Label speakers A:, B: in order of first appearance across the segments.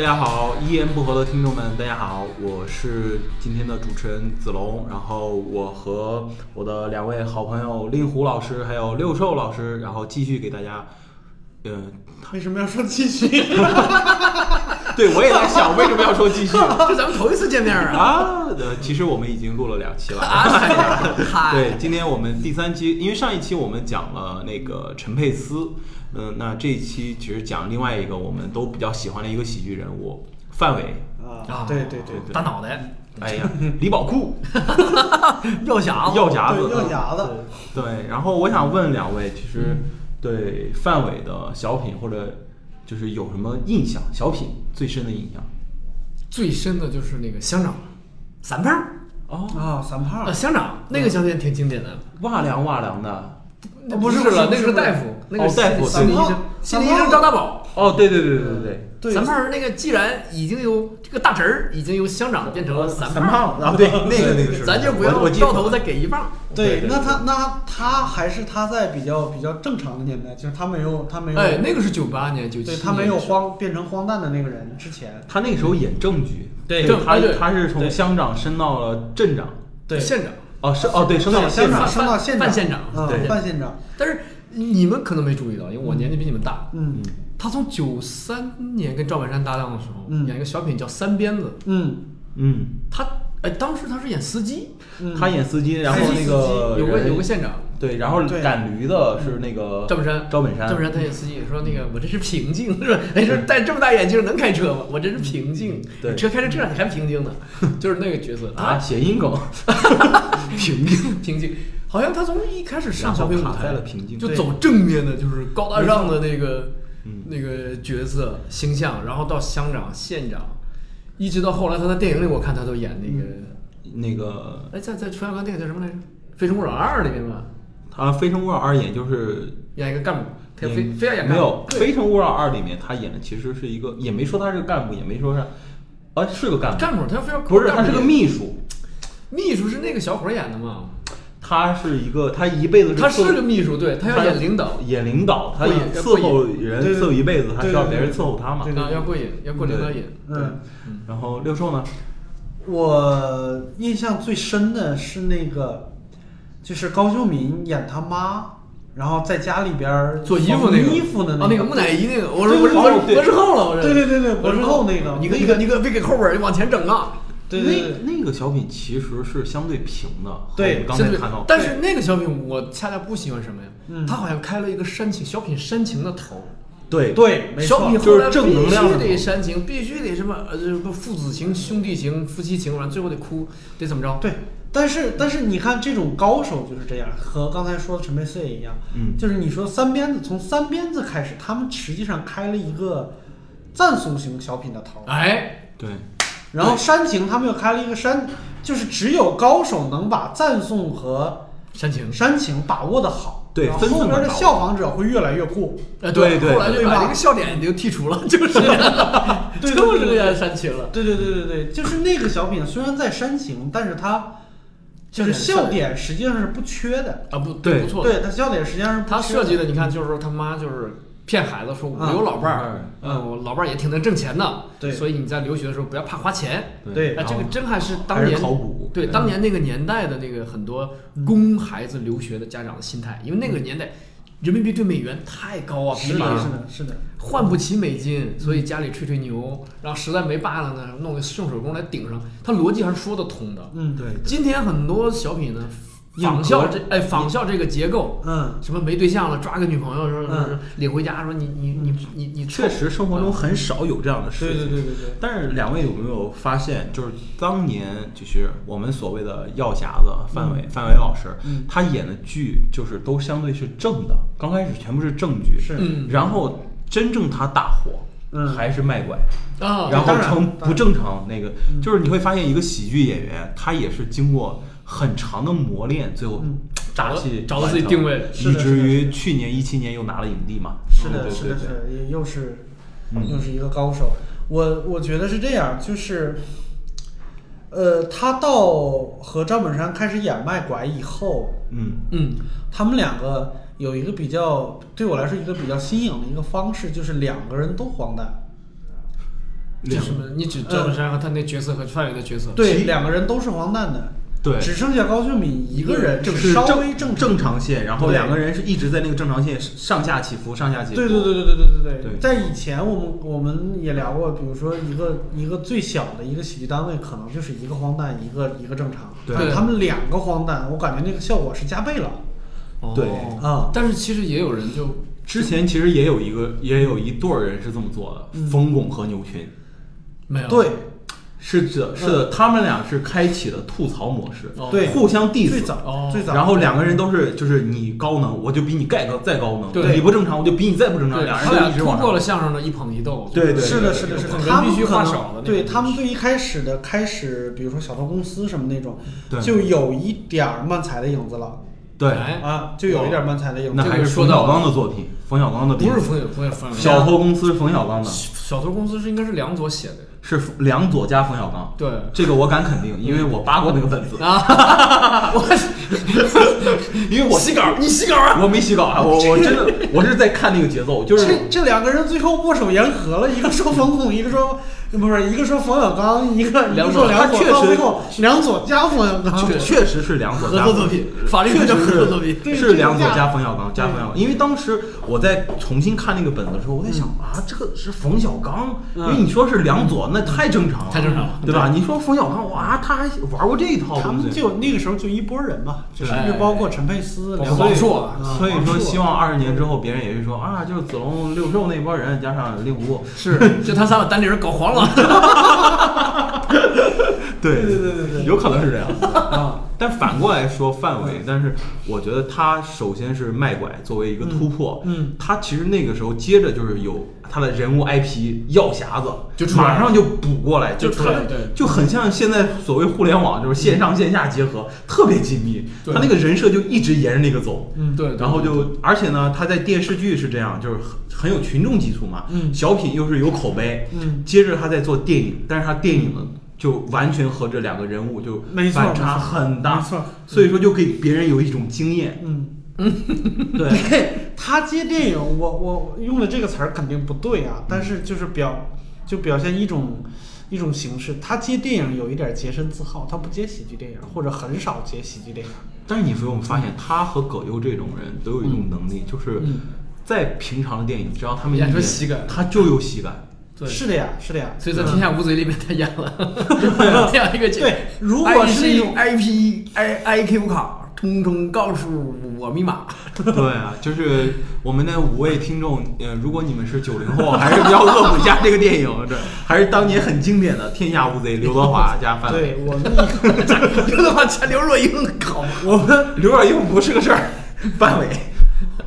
A: 家好，一言不合的听众们，大家好，我是今天的主持人子龙。然后我和我的两位好朋友令狐老师还有六兽老师，然后继续给大家，嗯、
B: 为什么要说继续？
A: 对我也在想为什么要说继续
C: 这咱们头一次见面 啊！
A: 啊？呃，其实我们已经录了两期了。
C: 嗨，
A: 对，今天我们第三期，因为上一期我们讲了那个陈佩斯，嗯，那这一期其实讲另外一个我们都比较喜欢的一个喜剧人物范伟。
B: 啊，对对对，
C: 大脑袋，
A: 哎呀， 李宝库，
C: 药匣子，
A: 药匣子，
B: 对药匣子，
A: 对，然后我想问两位，其实对范伟的小品或者就是有什么印象？小品最深的印象？
D: 最深的就是那个乡长，
C: 散胖儿，
A: 哦，
B: 啊，三胖
D: 啊，乡长那个小品挺经典的，
A: 哇凉哇凉的。
D: 那
C: 不是
D: 是了，
C: 不
D: 那
C: 是不是
D: 个是大夫，那个
A: 哦
D: 心
A: 大夫
D: 心理医
B: 散
D: 生
B: 胖，
D: 心理医生张大宝。
A: 哦，对对对对对
B: 对，
C: 散胖儿那个既然已经由这个大侄儿已经由乡长变成了散
A: 三
C: 胖儿，
A: 胖 子啊，对，那个那个是，
C: 咱就不
A: 我
C: 要
A: 我记得
C: 到头再给一棒儿。
A: 对
B: 对
A: 对，
B: 那
A: 对
B: 他那他还是他在比较比较正常的年代，就是他没有他没有，
D: 哎，那个是九八年、九七
B: 对
D: 年，
B: 他没有荒变成荒诞的那个人之前，
A: 他那个时候演正剧，
B: 对
A: 所以他
D: 正对
A: 他是从
B: 对
A: 乡长升到了镇长，
B: 对，
D: 县长，
A: 哦是哦对，升到了
B: 乡
A: 县
B: 长
A: 长，
B: 升到
C: 范
B: 县
C: 范
B: 县
C: 县长
B: 啊
A: 对，
B: 范县长，
D: 但是你们可能没注意到，因为我年纪比你们大。
B: 嗯
D: 他从九三年跟赵本山搭档的时候，
B: 嗯
D: 演一个小品叫《三鞭子》，
B: 嗯
A: 嗯，
D: 他哎，当时他是演司机，
B: 嗯，
A: 他演司机，然后
B: 司机
A: 那个
D: 有个
A: 呃人
D: 有个县长，
A: 对，然后
B: 对嗯
A: 赶驴的是那个
D: 赵本山，
A: 赵本山，
D: 赵本山他演司机说那个我这是平静，是吧？哎，说戴这么大眼镜能开车吗？我这是平
A: 嗯
D: 静，
A: 对
D: 你车开成这样你还平静呢，就是那个角色
A: 啊，
D: 他
A: 谐音梗，
D: 平静平静，好像他从一开始上小品舞
A: 然后卡在
D: 台
A: 了平静
D: 就
A: 对
D: 走正面的，就是高大上的那个
A: 嗯
D: 那个角色形象，然后到乡长、县长，一直到后来他在电影里我看他都演那
A: 嗯
D: 个，
A: 那个
D: 哎，在在冯小刚电影叫什么来着？《非诚勿扰二》里面吧，
A: 他《非诚勿扰二》演就是
D: 演一个干部，他非
A: 演
D: 非要演
A: 嗯没
D: 干部
A: 有《非诚勿扰二》里面他演的其实是一个，也没说他是个干部，也没说是，啊是个干部，
D: 干部，他非要
A: 不是
D: 干部
A: 他是个
D: 演
A: 秘书，
D: 秘书是那个小伙儿演的嘛？
A: 他是一个他一辈子
D: 他
A: 做
D: 是个秘书，对他要演领导，
A: 演领导，他
D: 过瘾
A: 伺候人
B: 对对
A: 伺候一辈子，他
B: 对
A: 需要
B: 对
A: 别
B: 对
A: 人伺候他嘛
B: 对。
D: 啊，要过瘾，要过领导瘾。
B: 嗯。
A: 然后六兽呢，
B: 我印象最深的是那个，就是高秀敏演他妈，然后在家里边儿
D: 做衣服那个，
B: 缝衣服的
D: 啊，那
B: 那
D: 个木乃伊那个，我说
B: 对
D: 我是
B: 对
D: 我是
A: 对
D: 博士后了，我是
B: 对对对对博士后那个
D: 你个
B: 那
D: 你
B: 个
D: 个你个别给后边儿往前整啊。
B: 对对对
A: 那那个小品其实是相对平的，和
B: 对
A: 我们刚才
D: 相对
A: 看到，
D: 但是那个小品我恰恰不喜欢什么呀
B: 嗯？
D: 他好像开了一个煽情小品煽情的头儿。
A: 对
B: 对，没
D: 小
B: 错
D: 品，
A: 就
D: 后
A: 是
D: 来
A: 正能量的
D: 必
A: 嘛
D: 须得煽情，必须得什么呃，这个父子情、兄弟情、夫妻情，完最后得哭，得怎么着？
B: 对。但是但是你看，这种高手就是这样，和刚才说的陈佩斯也一样，
A: 嗯
B: 就是你说三鞭子，从三鞭子开始，他们实际上开了一个赞颂型小品的头儿，
D: 哎，
A: 啊对
B: 然后煽情他们又开了一个煽，就是只有高手能把赞颂和
D: 煽情。
B: 煽情把握的好，
A: 对
B: 然后
A: 分寸
B: 后边
A: 感
B: 的
A: 把握
B: 效仿者会越来越酷。
D: 哎，
A: 对对
D: 后来就
B: 对吧
D: 把这个笑点就剔除了，就是，
B: 对对
D: 就是这样煽情了。
B: 对对对对对，就是那个小品虽然在煽情，但是它就是笑点实际上是不缺的。
D: 啊，不
A: 对
D: 不错的。
B: 对，它笑点实际上是不
D: 他
B: 缺
D: 设计的，你看，就是说他妈就是骗孩子说我有老伴儿，
B: 嗯
D: 嗯，我老伴儿也挺能挣钱的，
B: 对
D: 所以你在留学的时候不要怕花钱。
B: 对
D: 哎，
A: 然
D: 这
A: 后
D: 个真还是当
A: 还是
D: 年
A: 考古，
D: 对当年那个年代的那个很多供孩子留学的家长的心态，因为那个年代人民币对美元太高啊，比
B: 是
D: 例
B: 的，是的，是的，
D: 换不起美金，所以家里吹吹牛，然后实在没办了呢，弄个顺手工来顶上，他逻辑还是说得通的。
B: 嗯，
A: 对
D: 今天很多小品呢，
A: 硬核
D: 仿效这哎仿效这个结构，
B: 嗯，
D: 什么没对象了抓个女朋友，说
B: 嗯
D: 说领回家，说你你你你你
A: 确实生活中很少有这样的事
B: 对
A: 情。
B: 嗯对对对对，
A: 但是两位有没有发现，就是当年就是我们所谓的药匣子范伟、范伟老师，
B: 嗯
A: 他演的剧就是都相对是正的，刚开始全部是正剧，
B: 是
D: 嗯
A: 然后真正他大火，
B: 嗯
A: 还是卖拐，
D: 啊，
A: 然后
B: 当然嗯
A: 成
B: 当然
A: 不正常那个，就是你会发现一个喜剧演员，他也是经过很长的磨练，最后
B: 嗯
A: 扎
D: 找到
A: 起
D: 找到自己定位
B: 是的
A: 以至
B: 是的
A: 于去年一七年又拿了影帝嘛，
B: 是
A: 嗯对
B: 的，
A: 对
B: 是的，
A: 对
B: 是
A: 对
B: 的，也又是
A: 嗯
B: 又是一个高手。我我觉得是这样，就是，呃，他到和赵本山开始演卖拐以后，
A: 嗯
D: 嗯
B: 他们两个有一个比较，对我来说一个比较新颖的一个方式，就是两个人都荒诞。
D: 这什么？你指赵本山和他那角色和范伟的角色？
B: 对，两个人都是荒诞的，
A: 对，
B: 只剩下高秀敏一个人
A: 正
B: 稍微
A: 正
B: 正
A: 正常线，然后
B: 对
A: 两个人是一直在那个正常线上下起伏，上下起伏。
B: 对对对对对对对
A: 对
B: 在以前我们我们也聊过，比如说一个一个最小的一个喜剧单位，可能就是一个荒诞，一个一个正常。
A: 对
B: 但他们两个荒诞，我感觉那个效果是加倍了。
A: 对嗯
D: 哦
B: 啊
D: 但是其实也有人就
A: 之前其实也有一个，也有一对儿人是这么做的，冯巩和牛群，
D: 没有
B: 对，
A: 是这是的，他们俩是开启了吐槽模式，
D: 哦
B: 对
A: 互相 diss，
B: 最早、
D: 哦
B: 最早，
A: 然后两个人都是就是你高能，我就比你再高再高能，
D: 对
A: 你不正常，我就比你再不正常，
D: 对，
A: 俩
D: 他
A: 人就
D: 俩
A: 一直
D: 突
A: 往
D: 破
A: 上
D: 了。相声的一捧一逗，
A: 对对
B: 是的，是的，是的，
D: 有
B: 他
D: 人
B: 们
D: 必须
B: 可
D: 话
B: 能
D: 少的那
B: 对
D: 种
B: 他们最一开始的开始，比如说小偷公司什么那种
A: 对，
B: 就有一点儿漫才的影子了
A: 对，
D: 哎
B: 啊，就有一点儿漫才的影子。
A: 那还是冯小刚的作品，冯小刚的
D: 不
A: 片
D: 是
A: 子
D: 冯友冯友冯友
A: 小偷公司冯小刚的，
D: 小偷公司是应该是梁 左写的，
A: 是梁左加冯小刚。
D: 对
A: 这个我敢肯定，因为我扒过那个本
D: 嗯
A: 子，
D: 啊，
A: 因为我
D: 洗稿，你洗稿啊？
A: 我没洗稿啊，我我真的我是在看那个节奏，就是
B: 这这两个人最后握手言和了，一个说冯巩，一个说不是，一个说冯小刚，一个一
A: 梁
B: 个
A: 左
B: 说
A: 他
B: 梁左，
A: 确实
B: 到最后梁左加冯小刚，
A: 确啊确实是梁左
D: 合
A: 加
D: 作作品，法律
A: 确
D: 上叫
A: 实
D: 合作作
A: 是
D: 品。
B: 对
A: 是梁左加冯小刚加冯小刚，因为当时我在重新看那个本子的时候，我在想
D: 嗯
A: 啊，这个是冯小刚，因为你说是梁左，那太正常了，
D: 太正常了
A: 对吧？你说冯小刚，哇，他还玩过这一套
B: 他
A: 东
B: 们
A: 西，
B: 就那个时候就一波人嘛，就
A: 哎
B: 甚至
D: 对
B: 包括陈佩斯、梁
D: 黄
B: 左
D: 硕
B: 啊
A: 所以
B: 黄
A: 说，
B: 硕
A: 希望二十年之后，别人也会说啊，就是子龙、六兽那波人，加上令狐，
D: 是，就他仨把单立人搞黄了。
A: 对
B: 对对对对
A: 有可能是这样。
B: 啊，
A: 但反过来说，范
D: 嗯
A: 伟，但是我觉得他首先是卖拐作为一个突破，
B: 嗯嗯
A: 他其实那个时候接着就是有他的人物 IP 药匣子，
D: 就出来了
A: 马上就补过来，就
D: 就出来了
A: 他
D: 对嗯
A: 就很像现在所谓互联网，就是线上线下结合，特别紧密。
D: 对
A: 他那个人设就一直沿着那个走，
B: 嗯
D: 对，对
A: 然后就，而且呢，他在电视剧是这样，就是很很有群众基础嘛，
B: 嗯
A: 小品又是有口碑，
B: 嗯
A: 接着他在做电影，但是他电影呢就完全和这两个人物就
B: 没错
A: 反差
B: 没错
A: 很大，
B: 没错
A: 所以说就给别人有一种经验，
B: 嗯。
A: 对，
B: 对，他接电影，我我用的这个词儿肯定不对啊，但是就是表就表现一种一种形式，他接电影有一点洁身自好，他不接喜剧电影，或者很少接喜剧电影。
A: 但是你有没有发现，他和葛优这种人都有一种能力，就是
B: 嗯
A: 在平常的电影，只要他们一
D: 演出
A: 演
D: 喜感
A: 他就有喜 感，
D: 对，
B: 是的呀，是的呀。
D: 所以在《天下无贼》里面他演了这样一个角
B: 啊对如果是一种
D: I P I I Q 卡，通通告诉我 密码。
A: 对啊，就是我们的五位听众，呃，如果你们是九零后，还是比较恶补一下这个电影，对，还是当年很经典的《天下无贼》，刘德华加范伟。
B: 对我们一个，
D: 刘德华加刘若英，靠！
A: 我们刘若英不是个事儿，范伟。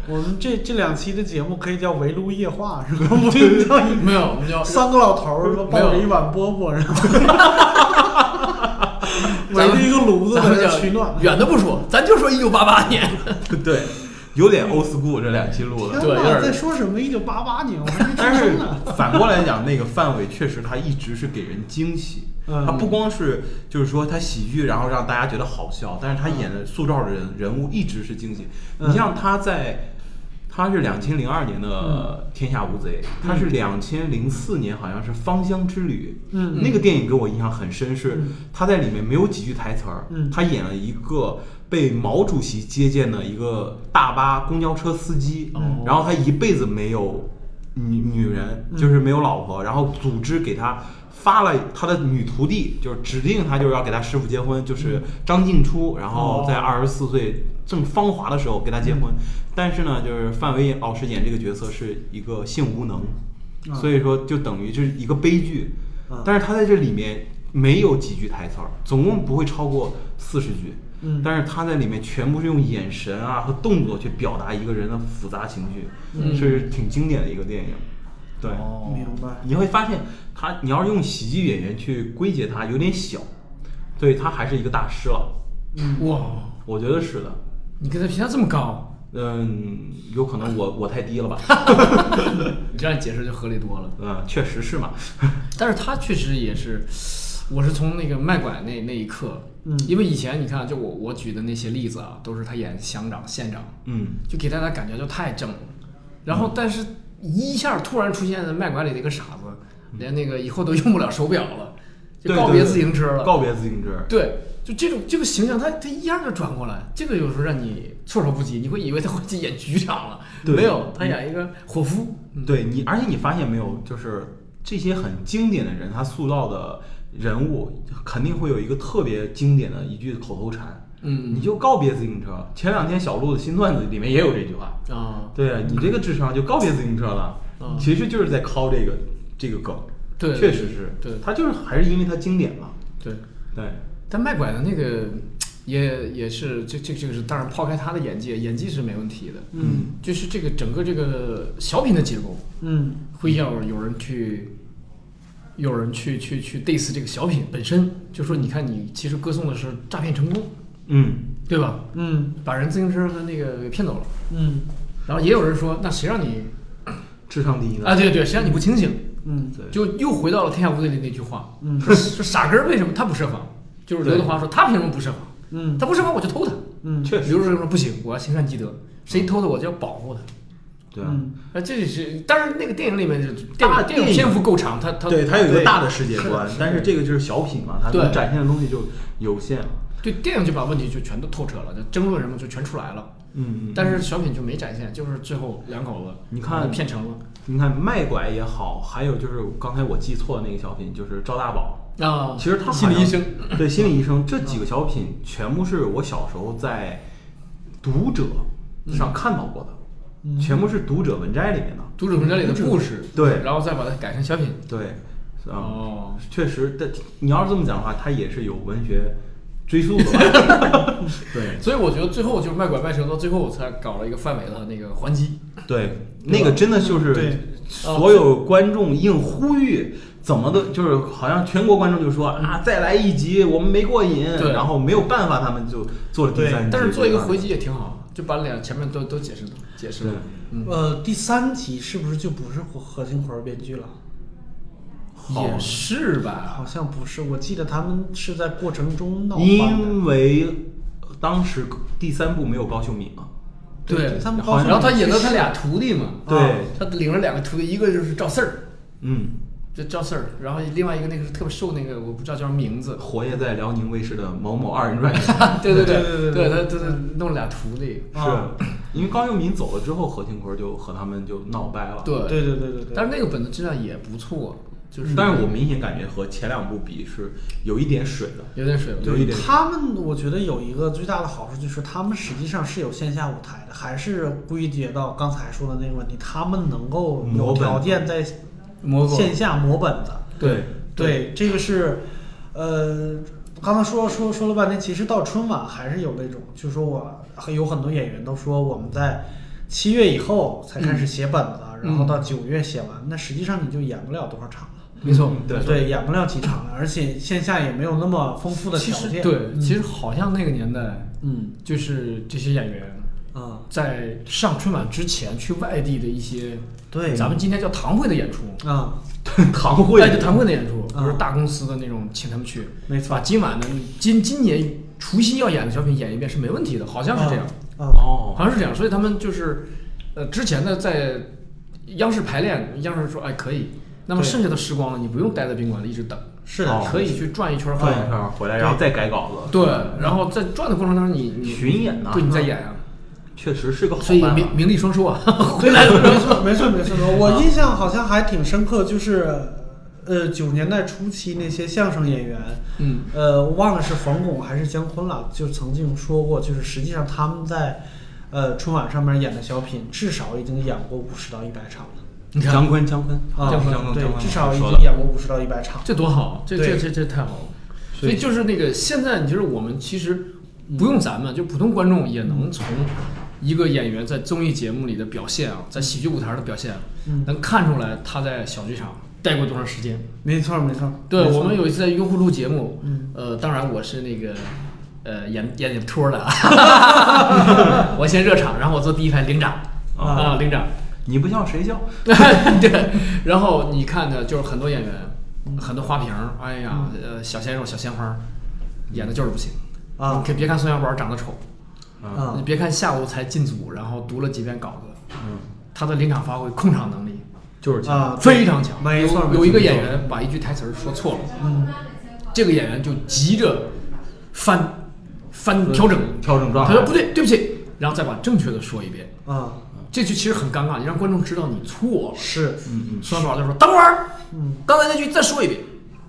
B: 我们这这两期的节目可以叫围炉夜话，是吧？我们叫一
D: 没有，我们叫
B: 三个老头儿说抱着一碗饽饽，然后围着一个炉子
D: 咱
B: 在
D: 们
B: 那
D: 叫
B: 取暖。
D: 远的不说，咱就说一九八八年。
A: 对，有点 old school 这两期录的。
B: 天
D: 对有点
B: 哪，在说什么？一九八八年，我还没
A: 但
B: 出
A: 是
B: 生呢。
A: 反过来讲，那个范伟确实他一直是给人惊喜，
B: 嗯
A: 他不光是就是说他喜剧，然后让大家觉得好笑，但是他演的塑造的人人物一直是惊喜。
B: 嗯
A: 你像他在，他是两千零二年
B: 嗯
A: 的《天下无贼》，他是两千零四年好像是《芳香之旅》，
B: 嗯
A: 那个电影给我印象很深，是他在里面没有几句台词儿，
B: 嗯
A: 他演了一个被毛主席接见的一个大巴公交车司机，
B: 嗯
A: 然后他一辈子没有女女人，就是没有老婆，然后组织给他发了他的女徒弟，就是指定他就是要给他师傅结婚，
B: 嗯
A: 就是张静初，然
B: 哦
A: 后在二十四岁正芳华的时候给他结婚，但是呢，就是范伟老师演这个角色是一个性无能，
B: 啊
A: 所以说就等于就是一个悲剧
B: 啊，
A: 但是他在这里面没有几句台词儿，总共不会超过四十句。
B: 嗯
A: 但是他在里面全部是用眼神啊和动作去表达一个人的复杂情绪，是挺经典的一个电影。对，
D: 哦
B: 明白。
A: 你会发现他，你要是用喜剧演员去归结他，有点小，对他还是一个大师了，
D: 哇，
A: 我觉得是的。
D: 你给他评价这么高，
A: 嗯，有可能我我太低 了吧？
D: 你这样解释就合理多了。
A: 嗯，确实是嘛。
D: 但是他确实也是，我是从那个卖拐那那一刻，
B: 嗯
D: 因为以前你看，就我我举的那些例子啊，都是他演乡长、县长，
A: 嗯，
D: 就给大家感觉就太正了。然后，但是一下突然出现在卖拐里的一个傻子，连那个以后都用不了手表了，就
A: 嗯对
D: 告
A: 对
D: 别
A: 对
D: 自行车了。
A: 告别自行车。
D: 对，就这种这个形象，他他一下就转过来，这个有时候让你措手不及，你会以为他会去演局长了，
A: 对
D: 没有，他演一个伙夫。嗯
A: 对你，而且你发现没有，就是这些很经典的人，他塑造的人物肯定会有一个特别经典的一句口头禅，
D: 嗯
A: 你就告别自行车。前两天小鹿的新段子里面也有这句话，
D: 啊，
A: 对你这个智商就告别自行车了，
D: 嗯
A: 其实就是在敲这个这个梗，
D: 对
A: 确实是，
D: 对
A: 他就是还是因为他经典嘛，
D: 对，
A: 对，
D: 但卖拐的那个也也是这这这个是，当然抛开他的演技，演技是没问题的，
B: 嗯
D: 就是这个整个这个小品的结构
B: 嗯
D: 会要有人去。有人去去去 diss 这个小品本身，就说你看你其实歌颂的是诈骗成功，
A: 嗯，
D: 对吧？
B: 嗯
D: 把人自行车的那个给骗走了，
B: 嗯
D: 然后也有人说，那谁让你
A: 智商第一的，
D: 啊？对对，谁让你不清醒？
B: 嗯
A: 对
D: 就又回到了天下无贼里那句话，
B: 嗯
D: 说说傻根儿为什么他不设防？就是刘德华说他凭什么不设防？
B: 嗯
D: 他不设防我就偷他。
B: 嗯，
A: 确实
D: 刘德华说不行，我要行善积德，谁偷他我就要保护他。
A: 对啊，
B: 嗯
D: 啊，这就是当然那个电影里面就电
A: 大
D: 影电
A: 电
D: 影
A: 影
D: 篇幅够长，他他
A: 对他有一个对大的世界观，但是这个就是小品嘛，它能
D: 对
A: 展现的东西就有限了，
D: 对电影就把问题就全都透彻了，就争论什么就全出来了。
A: 嗯，嗯
D: 但是小品就没展现，就是最后两口子
A: 你看
D: 骗成了
A: 你看卖拐也好，还有就是刚才我记错的那个小品，就是赵大宝。
D: 啊
A: 其实他好
D: 心
A: 像
D: 理医生，嗯
A: 对心理医生这几个小品，全部是我小时候在读者
D: 嗯
A: 上看到过的，全部是读者文摘里面的。
D: 《读者文摘》里的故事，
A: 对
D: 然后再把它改成小品。
A: 对，啊、
D: 哦，
A: 确实，但你要是这么讲的话，它也是有文学追 溯的吧。对
D: 所以我觉得最后就是卖拐卖蛇，到最后我才搞了一个范围的那个还击。
A: 对，那个真的就是
B: 对
A: 所有观众硬呼吁，怎么都就是好像全国观众就说啊，再来一集，我们没过瘾，
D: 对
A: 然后没有办法，他们就做了第三集。
D: 但是做一个回击也挺好，就把两前面都都解释了，解释了
A: 对。
D: 嗯，
B: 呃，第三集是不是就不是核核心horror 编剧了？
A: 好
D: 也是
B: 好
D: 吧？
B: 像不是，我记得他们是在过程中闹翻的。
A: 因为当时第三部没有高秀敏嘛，
D: 对，
B: 他们
A: 好像
D: 然后他演到他俩徒弟嘛，
A: 对
D: 啊他领着两个徒弟，一个就是赵四儿，
A: 嗯，
D: 就赵四儿，然后另外一个那个是特别瘦那个，我不知道叫什么名字。
A: 活跃在辽宁卫视的某某二人转
D: 对 对
B: 对
D: 对
B: 对
D: 对，
B: 对
D: 他他他弄了俩徒弟。
B: 啊
A: 是因为高秀敏走了之后，何庆魁就和他们就闹掰了。，
D: 对
B: 对对对对对。
D: 但是那个本子质量也不错，就是
A: 但是我明显感觉和前两部比是有一点水的。
D: 有点水了。
A: 有一点
B: 他们，我觉得有一个最大的好处就是，他们实际上是有线下舞台的，还是归结到刚才说的那个问题，他们能够
A: 磨
B: 有
A: 本
B: 条件在
D: 蘑菇
B: 线下磨本子。
A: 对
B: 对，这个是，呃，刚才说说说了半天，其实到春晚还是有那种，就是说我很有很多演员都说我们在七月以后才开始
A: 嗯
B: 写本子，然后到九月写完，那实际上你就演不了多少场了。
D: 没错，
A: 对
B: 嗯对，演不了几场了，而且线下也没有那么丰富的
D: 其
B: 条
D: 实
B: 件。
D: 对，
B: 嗯
D: 其实好像那个年代，
B: 嗯
D: 就是这些演员
B: 啊，
D: 在上春晚之前去外地的一些，
B: 对
D: 咱们今天叫堂会的演出，
B: 啊，
A: 堂
D: 哎
A: 会嗯
D: 就堂会的演出，
B: 啊
D: 不是大公司的那种，请他们去，
B: 没错
D: 把今晚的今今年除夕要演的小品演一遍是没问题的，好像是这样，
B: 啊
A: 哦
D: 好像是这样，所以他们就是，呃，之前的在央视排练，央视说哎可以，那么
B: 对
D: 剩下的时光呢，你不用待在宾馆里一直等，啊
B: 是
A: 哦
B: 的，
D: 可以去转一圈儿
A: 转
D: 回来
A: 一圈儿回来，然后再改稿子。
D: 对，然后在转的过程当中你，你
A: 巡演呐
D: 对，你在演啊，
A: 确实是个好
D: 所以
A: 办
D: 名
A: 法。
D: 名利双收啊，
B: 对，没错没错没错，我印象好像还挺深刻，就是呃九十年代初期那些相声演员，
D: 嗯，
B: 呃忘了是冯巩还是姜昆了，就曾经说过，就是实际上他们在呃春晚上面演的小品，至少已经演过五十到一百场了。
D: 你看
A: 姜昆，姜昆
B: 啊
A: 姜昆，姜，昆
B: 对
A: 姜昆，
B: 至少已
A: 说
B: 经
A: 的
B: 演过五十到一百场。
D: 这多好，这这
B: 对
D: 这这太好了。所
A: 所以
D: 以就是那个现在，就是我们其实不用咱们，就普通观众也能从一个演员在综艺节目里的表现啊，在喜剧舞台上的表现啊，
B: 嗯
D: 能看出来他在小剧场待过多长时间。
B: 没错没错，
D: 对
B: 没错
D: 我们有一次在优酷录节目
B: 嗯，
D: 呃，当然我是那个。呃，演演演托 的啊，我先热场，然后我坐第一排领长
A: 啊
D: 啊，领长，
A: 你不笑谁笑？
D: 对，然后你看呢，就是很多演
B: 嗯
D: 员，很多花瓶儿，哎呀，呃，小鲜肉、小鲜花儿，演的就是不行
B: 啊
D: 你可别看宋小宝长得丑，
A: 啊
D: 你
B: 啊
D: 别看下午才进组，然后读了几遍稿子，
A: 嗯，
D: 他的临场发挥、控场能力，
A: 就是强。
B: 啊，
D: 非常强。
B: 没错
D: 有
B: 没错
D: 有一个演员把一句台词儿说错了，
B: 嗯，
D: 这个演员就急着翻翻调整，
A: 调整状
D: 他
A: 态
D: 说不对，对不起，然后再把正确的说一遍。
B: 啊，
D: 这就其实很尴尬，你让观众知道你错了。
B: 是，
A: 嗯
D: 孙小宝就说：“等会儿，
B: 嗯
D: 刚才那句再说一遍。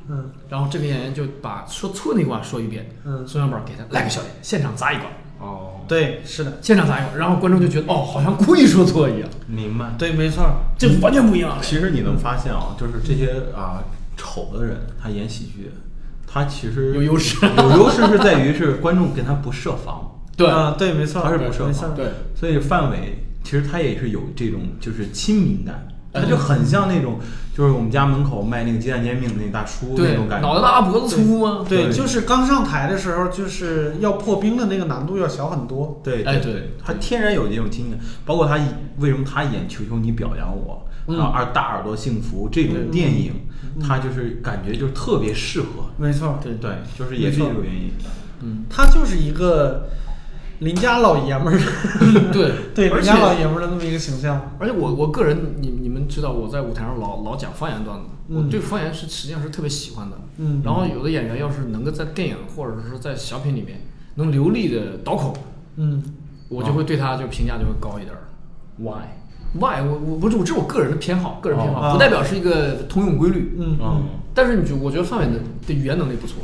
B: 嗯”
D: 然后这个演员就把说错那卦说一遍，
B: 嗯
D: 孙小宝给他来个笑脸，现场砸一卦，
A: 嗯，哦，
B: 对，是的，
D: 现场砸一卦，然后观众就觉得哦，好像故意说错一样，
A: 明白。
B: 对，没错，
D: 这完全不一样。
A: 其实你能发现啊，就是这些啊丑的人，他演喜剧，他其实
D: 有优势
A: 有优势是在于是观众给他不设防，
D: 对，
B: 啊，对，没错，
A: 他是
B: 对
A: 不设
B: 没错
A: 防，
D: 对，
A: 所以范伟其实他也是有这种就是亲民感。
D: 嗯
A: 他就很像那种，就是我们家门口卖那个鸡蛋煎饼的那大叔那
D: 对
A: 种感，觉，
D: 脑袋大脖子粗吗？
B: 对，
A: 对
B: 就是刚上台的时候，就是要破冰的那个难度要小很多。
A: 对
D: 哎
A: 对
D: 对，
A: 他天然有这种亲感，包括他为什么他演《求求你表扬我》，
D: 嗯
A: 然后《二大耳朵幸福》这种电影，他就是感觉就是特别适合，
B: 没错，
D: 对嗯
A: 对，就是也是
B: 没
A: 这
B: 错
A: 个原因。
B: 他就是一个邻家老爷 们儿，
D: 对
B: 对，
D: 而
B: 邻
D: 且
B: 家老爷们儿的那么一个形象。
D: 而且我我个人，你你们知道我在舞台上老老讲方言段子，我对方言是实际上是特别喜欢的。
B: 嗯
D: 然后有的演员要是能够在电影或者是在小品里面能流利的倒口，
B: 嗯，
D: 我就会对他就评价就会高一点儿。
A: Why？
D: Why？我我不是我这是我个人的偏好，个人偏
B: 哦
D: 好，不代表是一个通用规律。
B: 嗯
A: 嗯，
D: 但是你就我觉得范伟的的语言能力不错，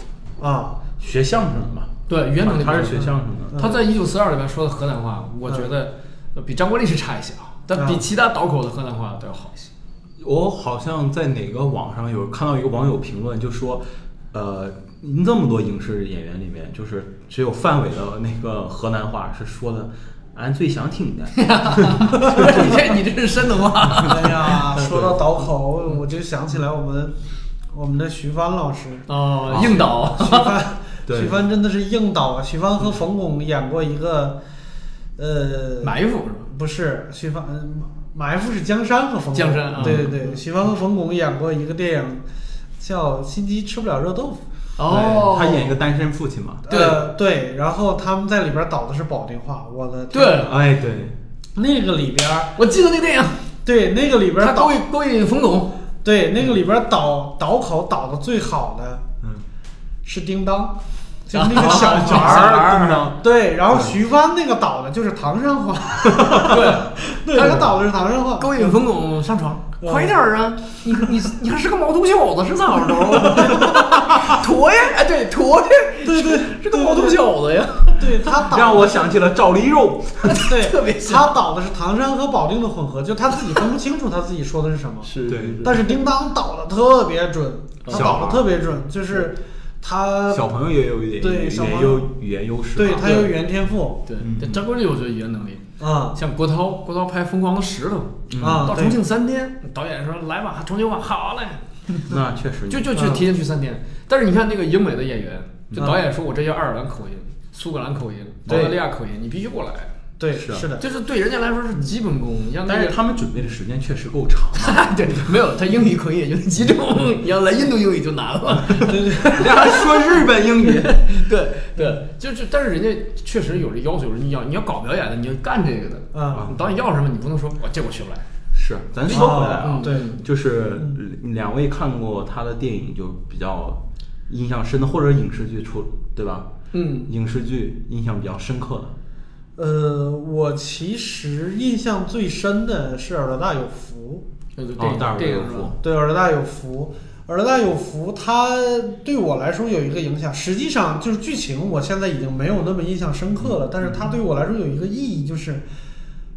B: 啊，
A: 学相声的嘛，
D: 对语言能力不
A: 他
D: 错
A: 是学相声的，嗯
D: 他在《一九四二》里面说的河南话，我觉得呃比张国立是差一些啊，
A: 哦
D: 但比
B: 嗯
D: 其他倒口的河南话都要好 一些。
A: 我好像在哪个网上有看到一个网友评论，就说，呃，那么多影视演员里面，就是只有范伟的那个河南话是说的，俺最想听 的。
D: 不是你这你这是山东话。
B: 哎 呀，说到倒口，我就想起来我们我们的徐帆老师，
D: 哦，硬导
B: 徐帆，
A: 对
B: 徐帆真的是硬导啊！徐帆和冯巩演过一个，呃，
D: 埋伏是吧？
B: 不是徐帆，嗯埋伏是江山和冯巩，
D: 江山啊
B: 对对对，徐帆和冯巩演过一个电影，叫《心机吃不了热豆腐》。
D: 哦，
A: 对他演一个单身父亲嘛。
D: 对
B: 呃对，然后他们在里边导的是保定话，我的天
D: 对，
A: 哎，对，
B: 那个里边儿，
D: 我记得那电影，
B: 对那个里边
D: 他
B: 儿导
D: 勾，引勾引冯巩，
B: 对那个里边儿导导口导的最好的
A: 嗯。
B: 是叮当，就是那个小
A: 啊
B: 孩
A: 小孩
B: 儿，
A: 儿叮 当
B: 对，然后徐帆那个导的就是唐山话，对，他导的是唐山话，
D: 勾引冯巩上床，
B: 嗯
D: 快点儿啊！你你你还是个毛头小子是咋着？ 驼呀，哎对，驼呀，
B: 对对
D: 是个毛头小子呀。
B: 对他导
A: 让我想起了赵丽蓉。
B: 对
D: 特别像
B: 他导的是唐山和保定的混合，就他自己分不清楚他自己说的是什么，
D: 是
A: 对
B: 但是叮当导的特别准，他
A: 小
B: 导
A: 孩
B: 的
A: 儿
B: 特别准，就是他
A: 小朋友也有一点
B: 呃对
A: 语
B: 小朋
A: 言
B: 友
A: 优语言优势吧，
B: 对他有语言天赋，
D: 对
A: 嗯，
D: 但张国立我觉得语言能力，
B: 啊
D: 像郭涛，郭涛拍《疯狂的石头》
B: 啊
D: 到
B: 对
D: 重庆三天，导演说来吧，重庆话好嘞。
B: 嗯
A: 那确实
D: 就就去提前去三天。但是你看那个英美的演员，就
B: 嗯
D: 导演说我这叫爱尔兰口音、苏格兰口音、澳
B: 对
D: 大利亚口音，你必须过来。
B: 对
A: 是啊
B: 是的，
D: 就是对人家来说是基本功，你像那
A: 但
D: 个
A: 是他们准备的时间确实够长 啊。
D: 他 对没有他英语口音也就那几种，你要来印度英语就难了。
B: 对对
A: 人家还说日本英 语，
D: 对对，就是但是人家确实有这要求，你要你要搞表演的，你要干这个的。
B: 啊
D: 你导演要什么，你不能说我这我学不来。
A: 是咱说回来啊
D: 嗯，
B: 对
A: 就是两位看过他的电影就比较印象深的，或者影视剧出对吧？
D: 嗯，
A: 影视剧印象比较深刻的，
B: 呃，我其实印象最深的是耳朵大有福，
D: 对对
A: 哦，大
D: 对，
A: 耳朵有
D: 这个是吧
A: 福，
B: 对，耳朵大有福，耳朵大有福，它对我来说有一个影响。实际上就是剧情，我现在已经没有那么印象深刻了，但是它对我来说有一个意义，就是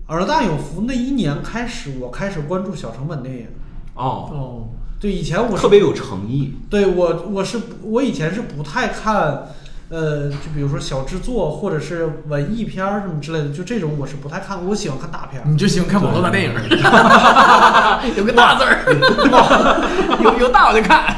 B: 耳朵大有福那一年开始，我开始关注小成本电影。
A: 哦，
D: 哦，
B: 对，以前我是
A: 特别有诚意，
B: 对我，我是我以前是不太看，呃，就比如说小制作或者是文艺片儿什么之类的，就这种我是不太看，我喜欢看大片儿。
A: 嗯
D: 你就喜欢看网络大电影儿， 有个大字儿，有有大我就看。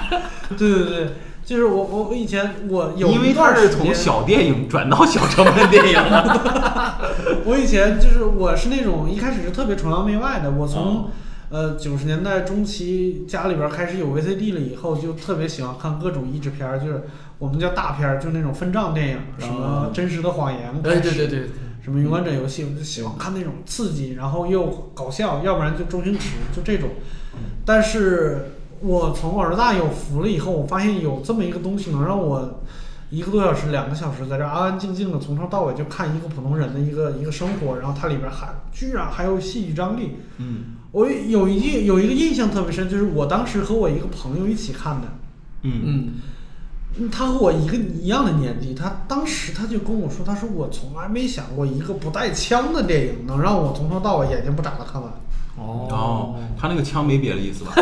B: 对对对，就是我我我以前我有
A: 因为
B: 一
A: 他
B: 段
A: 是
B: 时
A: 从
B: 间
A: 小电影转到小成本电影了。
B: 我以前就是我是那种一开始是特别崇洋媚外的，我从、
D: 哦
B: 呃九十年代中期家里边儿开始有 VCD 了以后，就特别喜欢看各种译制片儿，就是我们叫大片儿，就那种分账电影，什么《真实的谎言》
D: 哦哎对对对对，
B: 什什么《勇敢者游戏》，我就喜欢看那种刺激，然后又搞笑，要不然就周星驰，就这种。但是我从儿大有福了以后，我发现有这么一个东西能让我一个多小时、两个小时在这安安静静的从头到尾就看一个普通人的一个一个生活，然后它里边还居然还有戏剧张力。
A: 嗯
B: 我有一印有一个印象特别深，就是我当时和我一个朋友一起看的，
A: 嗯
D: 嗯
B: 嗯他和我一个一样的年纪，他当时他就跟我说，他说我从来没想过一个不带枪的电影能让我从头到尾眼睛不眨的看完。
A: 哦，他那个枪没别的意思吧？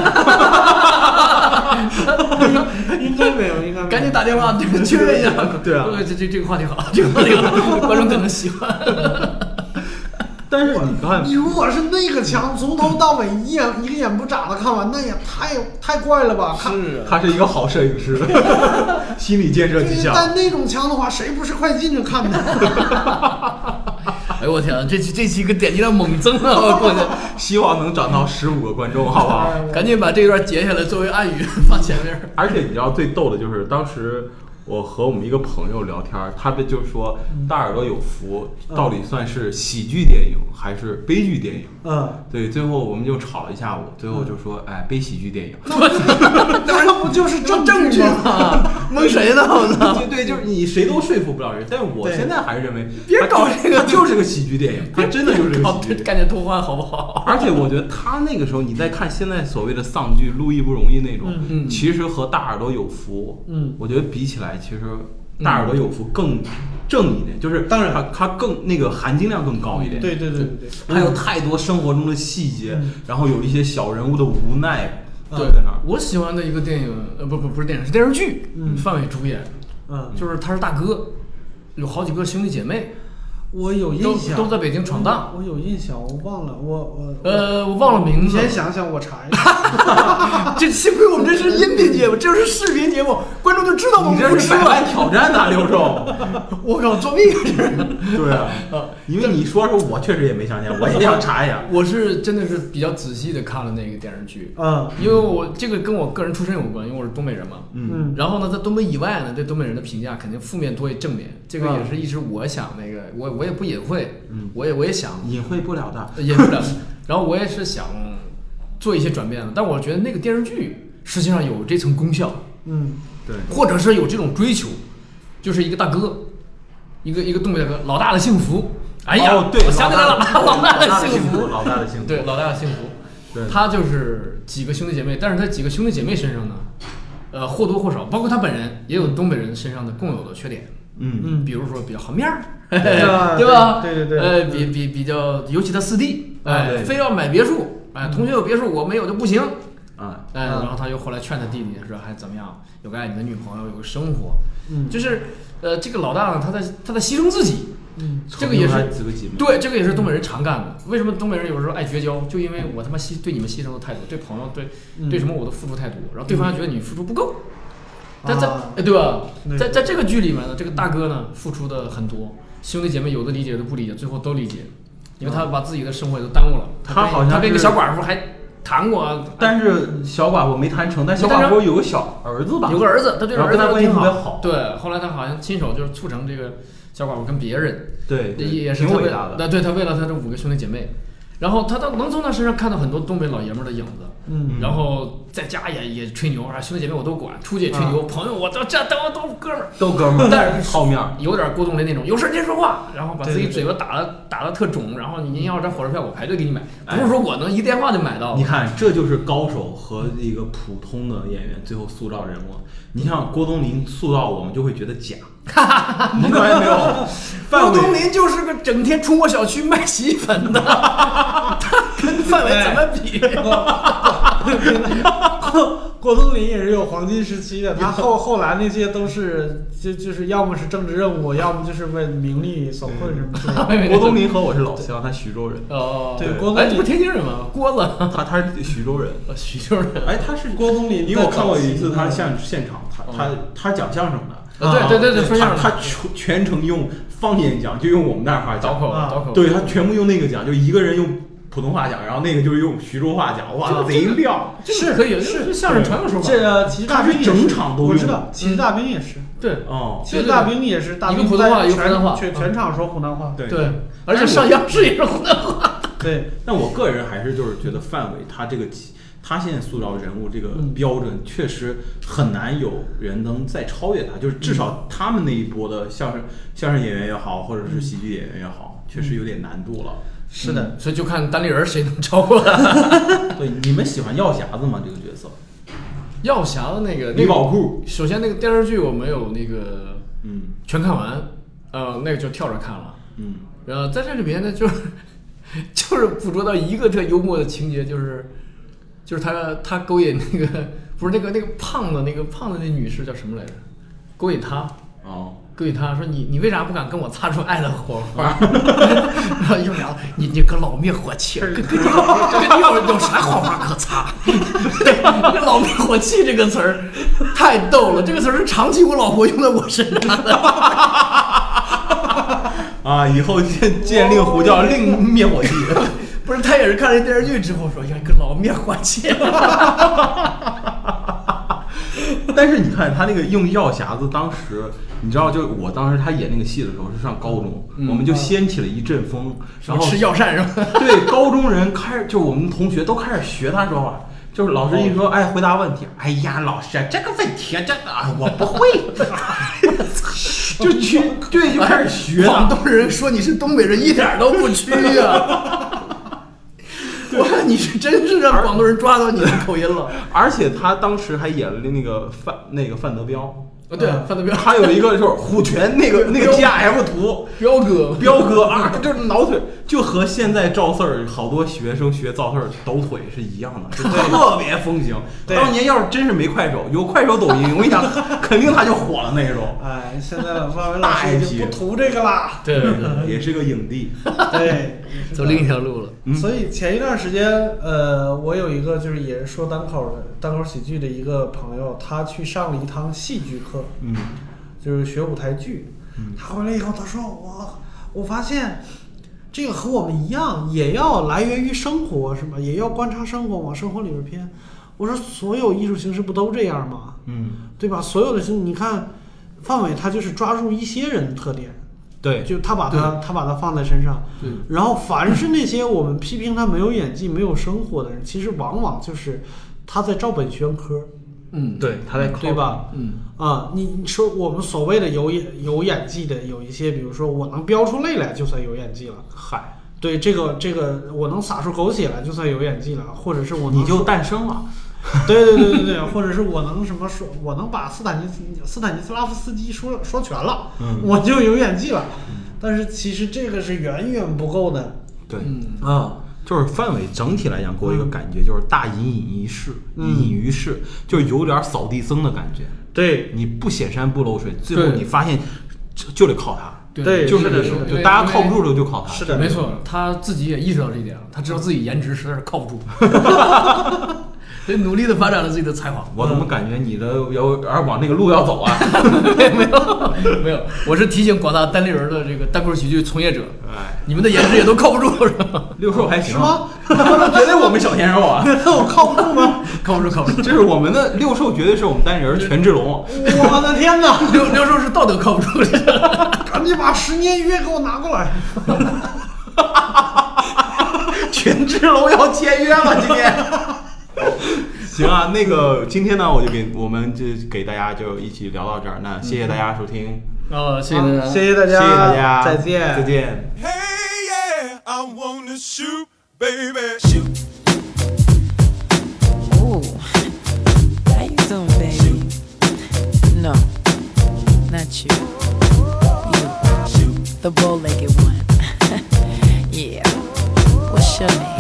B: 应该没有，应该没有
C: 赶紧打电话这个确认一下。
A: 对 啊
C: 这这这个话题好，这个话题好，观众可能喜欢。
A: 但是你看，
B: 你如果是那个墙从头到尾一眼一个眼不眨的看完，那也太太怪了吧？看，
D: 是啊
A: 他是一个好摄影师，心理建设极
B: 对
A: 强。
B: 但那种墙的话，谁不是快进着看的？
C: 哎呦我天啊，这期这期个点击量猛增啊！我过 去，
A: 希望能涨到十五个观众，好不好？
D: 嗯
C: 赶紧把这段截下来作为暗语放前面。
A: 而且你知道最逗的就是，当时我和我们一个朋友聊天儿，他们就说《大耳朵有福》到底算是喜剧电影还是悲剧电影？
B: 嗯，
A: 对，最后我们就吵了一下午，最后就说，哎，悲喜剧电 影。
B: 那 那不就是
C: 这
B: 正
C: 不正
B: 剧
C: 剧
B: 吗？
C: 吗？蒙谁呢？我操！
A: 对对，就是你谁都说服不了人，但是我
B: 对
A: 现在还是认为，
C: 别搞这个
A: 它就是个喜剧电影，它真的 就是个
C: 靠
A: 喜剧电影。
C: 概念偷换好不好？
A: 而且我觉得他那个时候，你再看现在所谓的丧剧《路易不容易》那种，
B: 嗯
D: 嗯
A: 其实和《大耳朵有福》，
B: 嗯
A: 我觉得比起来，其实《大耳朵有福》更正一点，就是
B: 当然
A: 它它更那个含金量更高一点，
B: 对对对对对。
A: 还有太多生活中的细节，
B: 嗯
A: 然后有一些小人物的无奈，
B: 嗯
A: 在那儿，
D: 我喜欢的一个电影，呃，不不不是电影，是电视剧，
B: 嗯
D: 范伟主演，
B: 嗯，
D: 就是他是大哥，有好几个兄弟姐妹，
B: 我有
D: 都
B: 印象，
D: 都在北京闯荡
B: 我有。我有印象，我忘了，我我
D: 呃，我忘了名
B: 你
D: 字。
B: 先想想，我查一下。
C: 这幸亏我们这是音频节目，这要是视频节目，观众就知
B: 嗯
C: 道我
A: 你
C: 们不
A: 这是
C: 吃
A: 百万
C: 了。
A: 挑战呐、刘 总。
C: 我靠，作弊啊！这 是。
A: 对啊，
B: 嗯
A: 因为你说说，我确实也没想起 来，我也想查一下。
D: 我是真的是比较仔细的看了那个电视剧，
B: 嗯
D: 因为我这个跟我个人出身有关，因为我是东北人嘛。
A: 嗯
B: 嗯
D: 然后呢，在东北以外呢，对东北人的评价肯定负面多于正面，这个也是一直我想那个，我我也不隐晦，
A: 嗯
D: 我也我也想
A: 隐晦不了的，
D: 也不了。 然后我也是想做一些转变的，但我觉得那个电视剧实际上有这层功效，
B: 嗯
A: 对，
D: 或者是有这种追求，就是一个大哥，一个一个东北大哥，老大的幸福。哎呀，
A: 哦对，
D: 我想起来了， 老大
A: 的
D: 幸
A: 福，老大的幸福，
D: 对，老大的幸福。
A: 对
D: 他就是几个兄弟姐妹，但是他几个兄弟姐妹身上呢，呃，或多或少，包括他本人，也有东北人身上的共有的缺点。
A: 嗯，
B: 嗯
D: 比如说比较好面儿，
B: 啊
D: 对吧？
B: 对对对
D: 呃，
B: 嗯
D: 比比比较，尤其他四弟，
A: 啊
D: 哎
A: 对，
D: 非要买别墅，哎，同学有别墅，我没有就不行。
A: 啊，
D: 哎，
B: 嗯
D: 然后他又后来劝他弟弟说，还怎么样，有个爱你的女朋友，有个生活，
B: 嗯
D: 就是，呃，这个老大呢，他在他在牺牲自己，
B: 嗯
D: 这个也
A: 成
D: 是
A: 就他几个姐妹
D: 对，这个也是东北人常干的。为什么东北人有时候爱绝交？就因为我他妈牺对你们牺牲的太多，对朋友对
B: 嗯
D: 对什么我都付出太多，然后对方觉得你付出不够。
A: 嗯
D: 但在
B: 啊
D: 哎对吧？
B: 对
D: 在在这个剧里面呢，这个大哥呢付出的很多，兄弟姐妹有的理解，有的不理解，最后都理解，因为他把自己的生活也都耽误了。
A: 他
D: 跟
A: 好像
D: 他跟一个
A: 是
D: 小寡妇还谈过啊，
A: 但是小寡妇没谈成，但小
D: 但
A: 寡
D: 是
A: 妇有个小儿子吧？
D: 有个儿子，他对
A: 然后
D: 儿
A: 跟
D: 子
A: 他
D: 都
A: 关系
D: 挺
A: 特别
D: 好
A: 好。
D: 对，后来他好像亲手就是促成这个小寡妇跟别人
A: 对，对
D: 也是
A: 挺
D: 他为
A: 伟大的。
D: 那对他为了他这五个兄弟姐妹，然后他到能从他身上看到很多东北老爷们儿的影子。
B: 嗯
D: 然后在家也也吹牛啊，兄弟姐妹我都管，出去也吹牛，
A: 嗯
D: 朋友我都这都都哥们儿，
A: 都哥们儿，
D: 但
A: 好面儿，
D: 有点郭冬临那种，有事儿先说话，然后把
B: 对
D: 自己
B: 对
D: 嘴巴打的打的特肿，然后您要这火车票我排队给你买，
A: 哎
D: 不是说我能一电话就买到
A: 你。看，这就是高手和一个普通的演员最后塑造人物。你像郭冬临塑造，我们就会觉得假， 你发现没有？
D: 郭
A: 范
D: 冬
A: 伟，
D: 临就是个整天出没小区卖洗衣 粉的，他跟范伟怎么比？
B: 郭郭冬临也是有黄金时期的， 他后后来那些都是就就是要么是政治任务，要么就是为名利所困什么之类的。
A: 郭冬临和我是老乡，他徐州人，
D: 哦，
B: 对
A: 对
B: 郭冬
D: 哎，这不
B: 临，
D: 天津人吗？郭子，
A: 他他是徐州人。
D: 徐州人。
A: 哎，他是
B: 郭冬临
A: 因为我
B: 在
A: 看过
B: 早期嗯
A: 一次他现现场，他他他讲相声的。
D: 啊对对对对说相
A: 他
D: 声
A: 他全全程用方言讲，就用我们那儿话
D: 倒
A: 讲，
D: 口
B: 啊
D: 倒口，
A: 对他全部用那个讲，就一个人用普通话讲，然后那个就是用徐州话讲，哇，
D: 就
A: 贼亮。
D: 这个可以，是相声传个说法。
B: 这个其实大
A: 他是
B: 兵也是
A: 整场都
B: 我
A: 用
B: 知道，其实大兵也是，
D: 嗯对
A: 哦，
B: 其实大兵也是，大兵
D: 一个普通话
B: 在
D: 一个湖南话
B: 全
D: 嗯
B: 全全场说湖南话，
A: 对
D: 对，而且上央视也是湖南话。
B: 对，
A: 但我个人还是就是觉得范伟他这个起他现在塑造人物这个
B: 嗯
A: 标准，确实很难有人能再超越他。就是至
D: 嗯
A: 少他们那一波的相声相声演员也好，或者是喜剧演员也好，确实有点难度了。
B: 是的，
D: 所以就看单立人谁能超过他。
A: 对，你们喜欢药匣子吗？这个角色，
D: 药匣子那个
A: 李
D: 那个，
A: 宝库，
D: 首先那个电视剧我没有那个
A: 嗯
D: 全看完，呃，那个就跳着看了。
A: 嗯，
D: 然后在这里边呢，就是 就是捕捉到一个特幽默的情节，就是就是他他勾引那个不是那个那个胖的那个胖的那女士叫什么来着？勾引他，
A: 哦，
D: 勾引他说你你为啥不敢跟我擦出爱的火花？ 然后又聊你你个老灭火器，跟跟你跟你有有啥火花可擦？这老灭火器这个词儿太逗了，这个词儿是长期我老婆用在我身上的。
A: 啊，以后见见令狐叫令灭火器，
D: 不是，他也是看了电视剧之后说：“呀，个老灭火器。
A: 但是你看他那个用药匣子，当时你知道，就是我当时他演那个戏的时候是上高中，
D: 嗯
A: 我们就掀起了一阵风，”然
D: 然后
A: 后
D: 啊吃药膳是吧？
A: 对，高中人开始就我们同学都开始学他说话，就是老师一
D: 哦
A: 说，哎，回答问题，哎呀，老师这个问题真的啊我不会， 就去对就开始学
D: 广
A: 他。
D: 东人说你是东北人，一点儿都不屈啊！我看你是真是让广东人抓到你的口音了。
A: 而且他当时还演了那个范那个范德彪，
D: 啊，对，范德彪，
A: 他有一个就是虎拳那个那个 G I F 图，
D: 彪哥，
A: 彪哥啊，就是挠腿，就和现在赵四儿好多学生学赵四儿抖腿是一样 的，就特别风行。
B: 对
A: 当年要是真是没快手，有快手抖音， 我跟你讲，肯定他就火了那种。
B: 哎，现在了范伟老
A: 大
B: 师已
A: IP
B: 经不图这个啦，
D: 对对对，
A: 也是个影帝。
B: 对，
D: 走另一条路
A: 嗯
D: 了。
B: 所以前一段时间，呃，我有一个就是也是说单口的单口喜剧的一个朋友，他去上了一堂戏剧课，
A: 嗯，
B: 就是学舞台剧。他回来以后，他说我我发现这个和我们一样，也要来源于生活，是吗？也要观察生活，往生活里边偏。我说所有艺术形式不都这样吗？
A: 嗯，
B: 对吧？所有的形，你看范伟他就是抓住一些人的特点，
A: 对，
B: 就他把他他把他放在身上，
D: 对
B: 然后凡是那些我们批评他没有演技、没有生活的人，其实往往就是他在照本宣科，
D: 嗯，，
A: 对，他在靠
B: 对？吧？
D: 嗯，
B: 啊，你你说我们所谓的有演有演技的，有一些，比如说我能飙出泪来，就算有演技了。
A: 嗨，
B: 对这个这个，我能洒出狗血来，就算有演技了，或者是我能
A: 你就诞生了。
B: 对对对对对，或者是我能什么说，我能把斯坦尼斯斯坦尼斯拉夫斯基说说全了，
A: 嗯
B: 我就有演技了。但是其实这个是远远不够的
A: 对，
D: 嗯，
B: 啊。
A: 就是范伟整体来讲给我一个感
B: 嗯
A: 觉，就是大隐隐于市，隐隐于市，就有点扫地僧的感觉。
B: 对
A: 你不显山不露水，最后
D: 对
A: 你发现就就得靠他。
B: 对
A: 就是是
B: 的
A: 这
B: 是
A: 种
B: 的
A: 就大家靠不住了就靠他。
B: 是的，
D: 没错，他自己也意识到这一点了，他知道自己颜值实在是靠不 住，所以努力的发展了自己的才 华。
A: 我怎么感觉你的有点往那个路要走 啊？
D: 没有，我是提醒广大单立人的这个单口喜剧从业者，
A: 哎，
D: 你们的颜值也都靠不住， 是吧？
A: 六兽还行啊
B: 是吗？
A: 绝对我们小鲜肉 啊！
B: 我靠不 住吗？
D: 靠不住，靠不住。
A: 这是我们的六兽，绝对是我们单人权志龙。
B: 我的天哪！
D: 刘刘叔是道德靠不住，
B: 赶紧把十年约给我拿过来。
A: 权志龙要签约了，今天。 行啊，那个今天呢，我就给我们就给大家就一起聊到这儿。那谢谢大家收听，
D: 哦，谢谢大家，
B: 谢谢大
A: 嗯谢谢
B: 家，
A: 大家，
B: 再见，
A: 再。见。
E: Hey, yeah, I wanna shoot, baby. Shoot,
F: Ooh, how you doing, baby? No, not you. You, the bow-legged one. yeah. What's your name?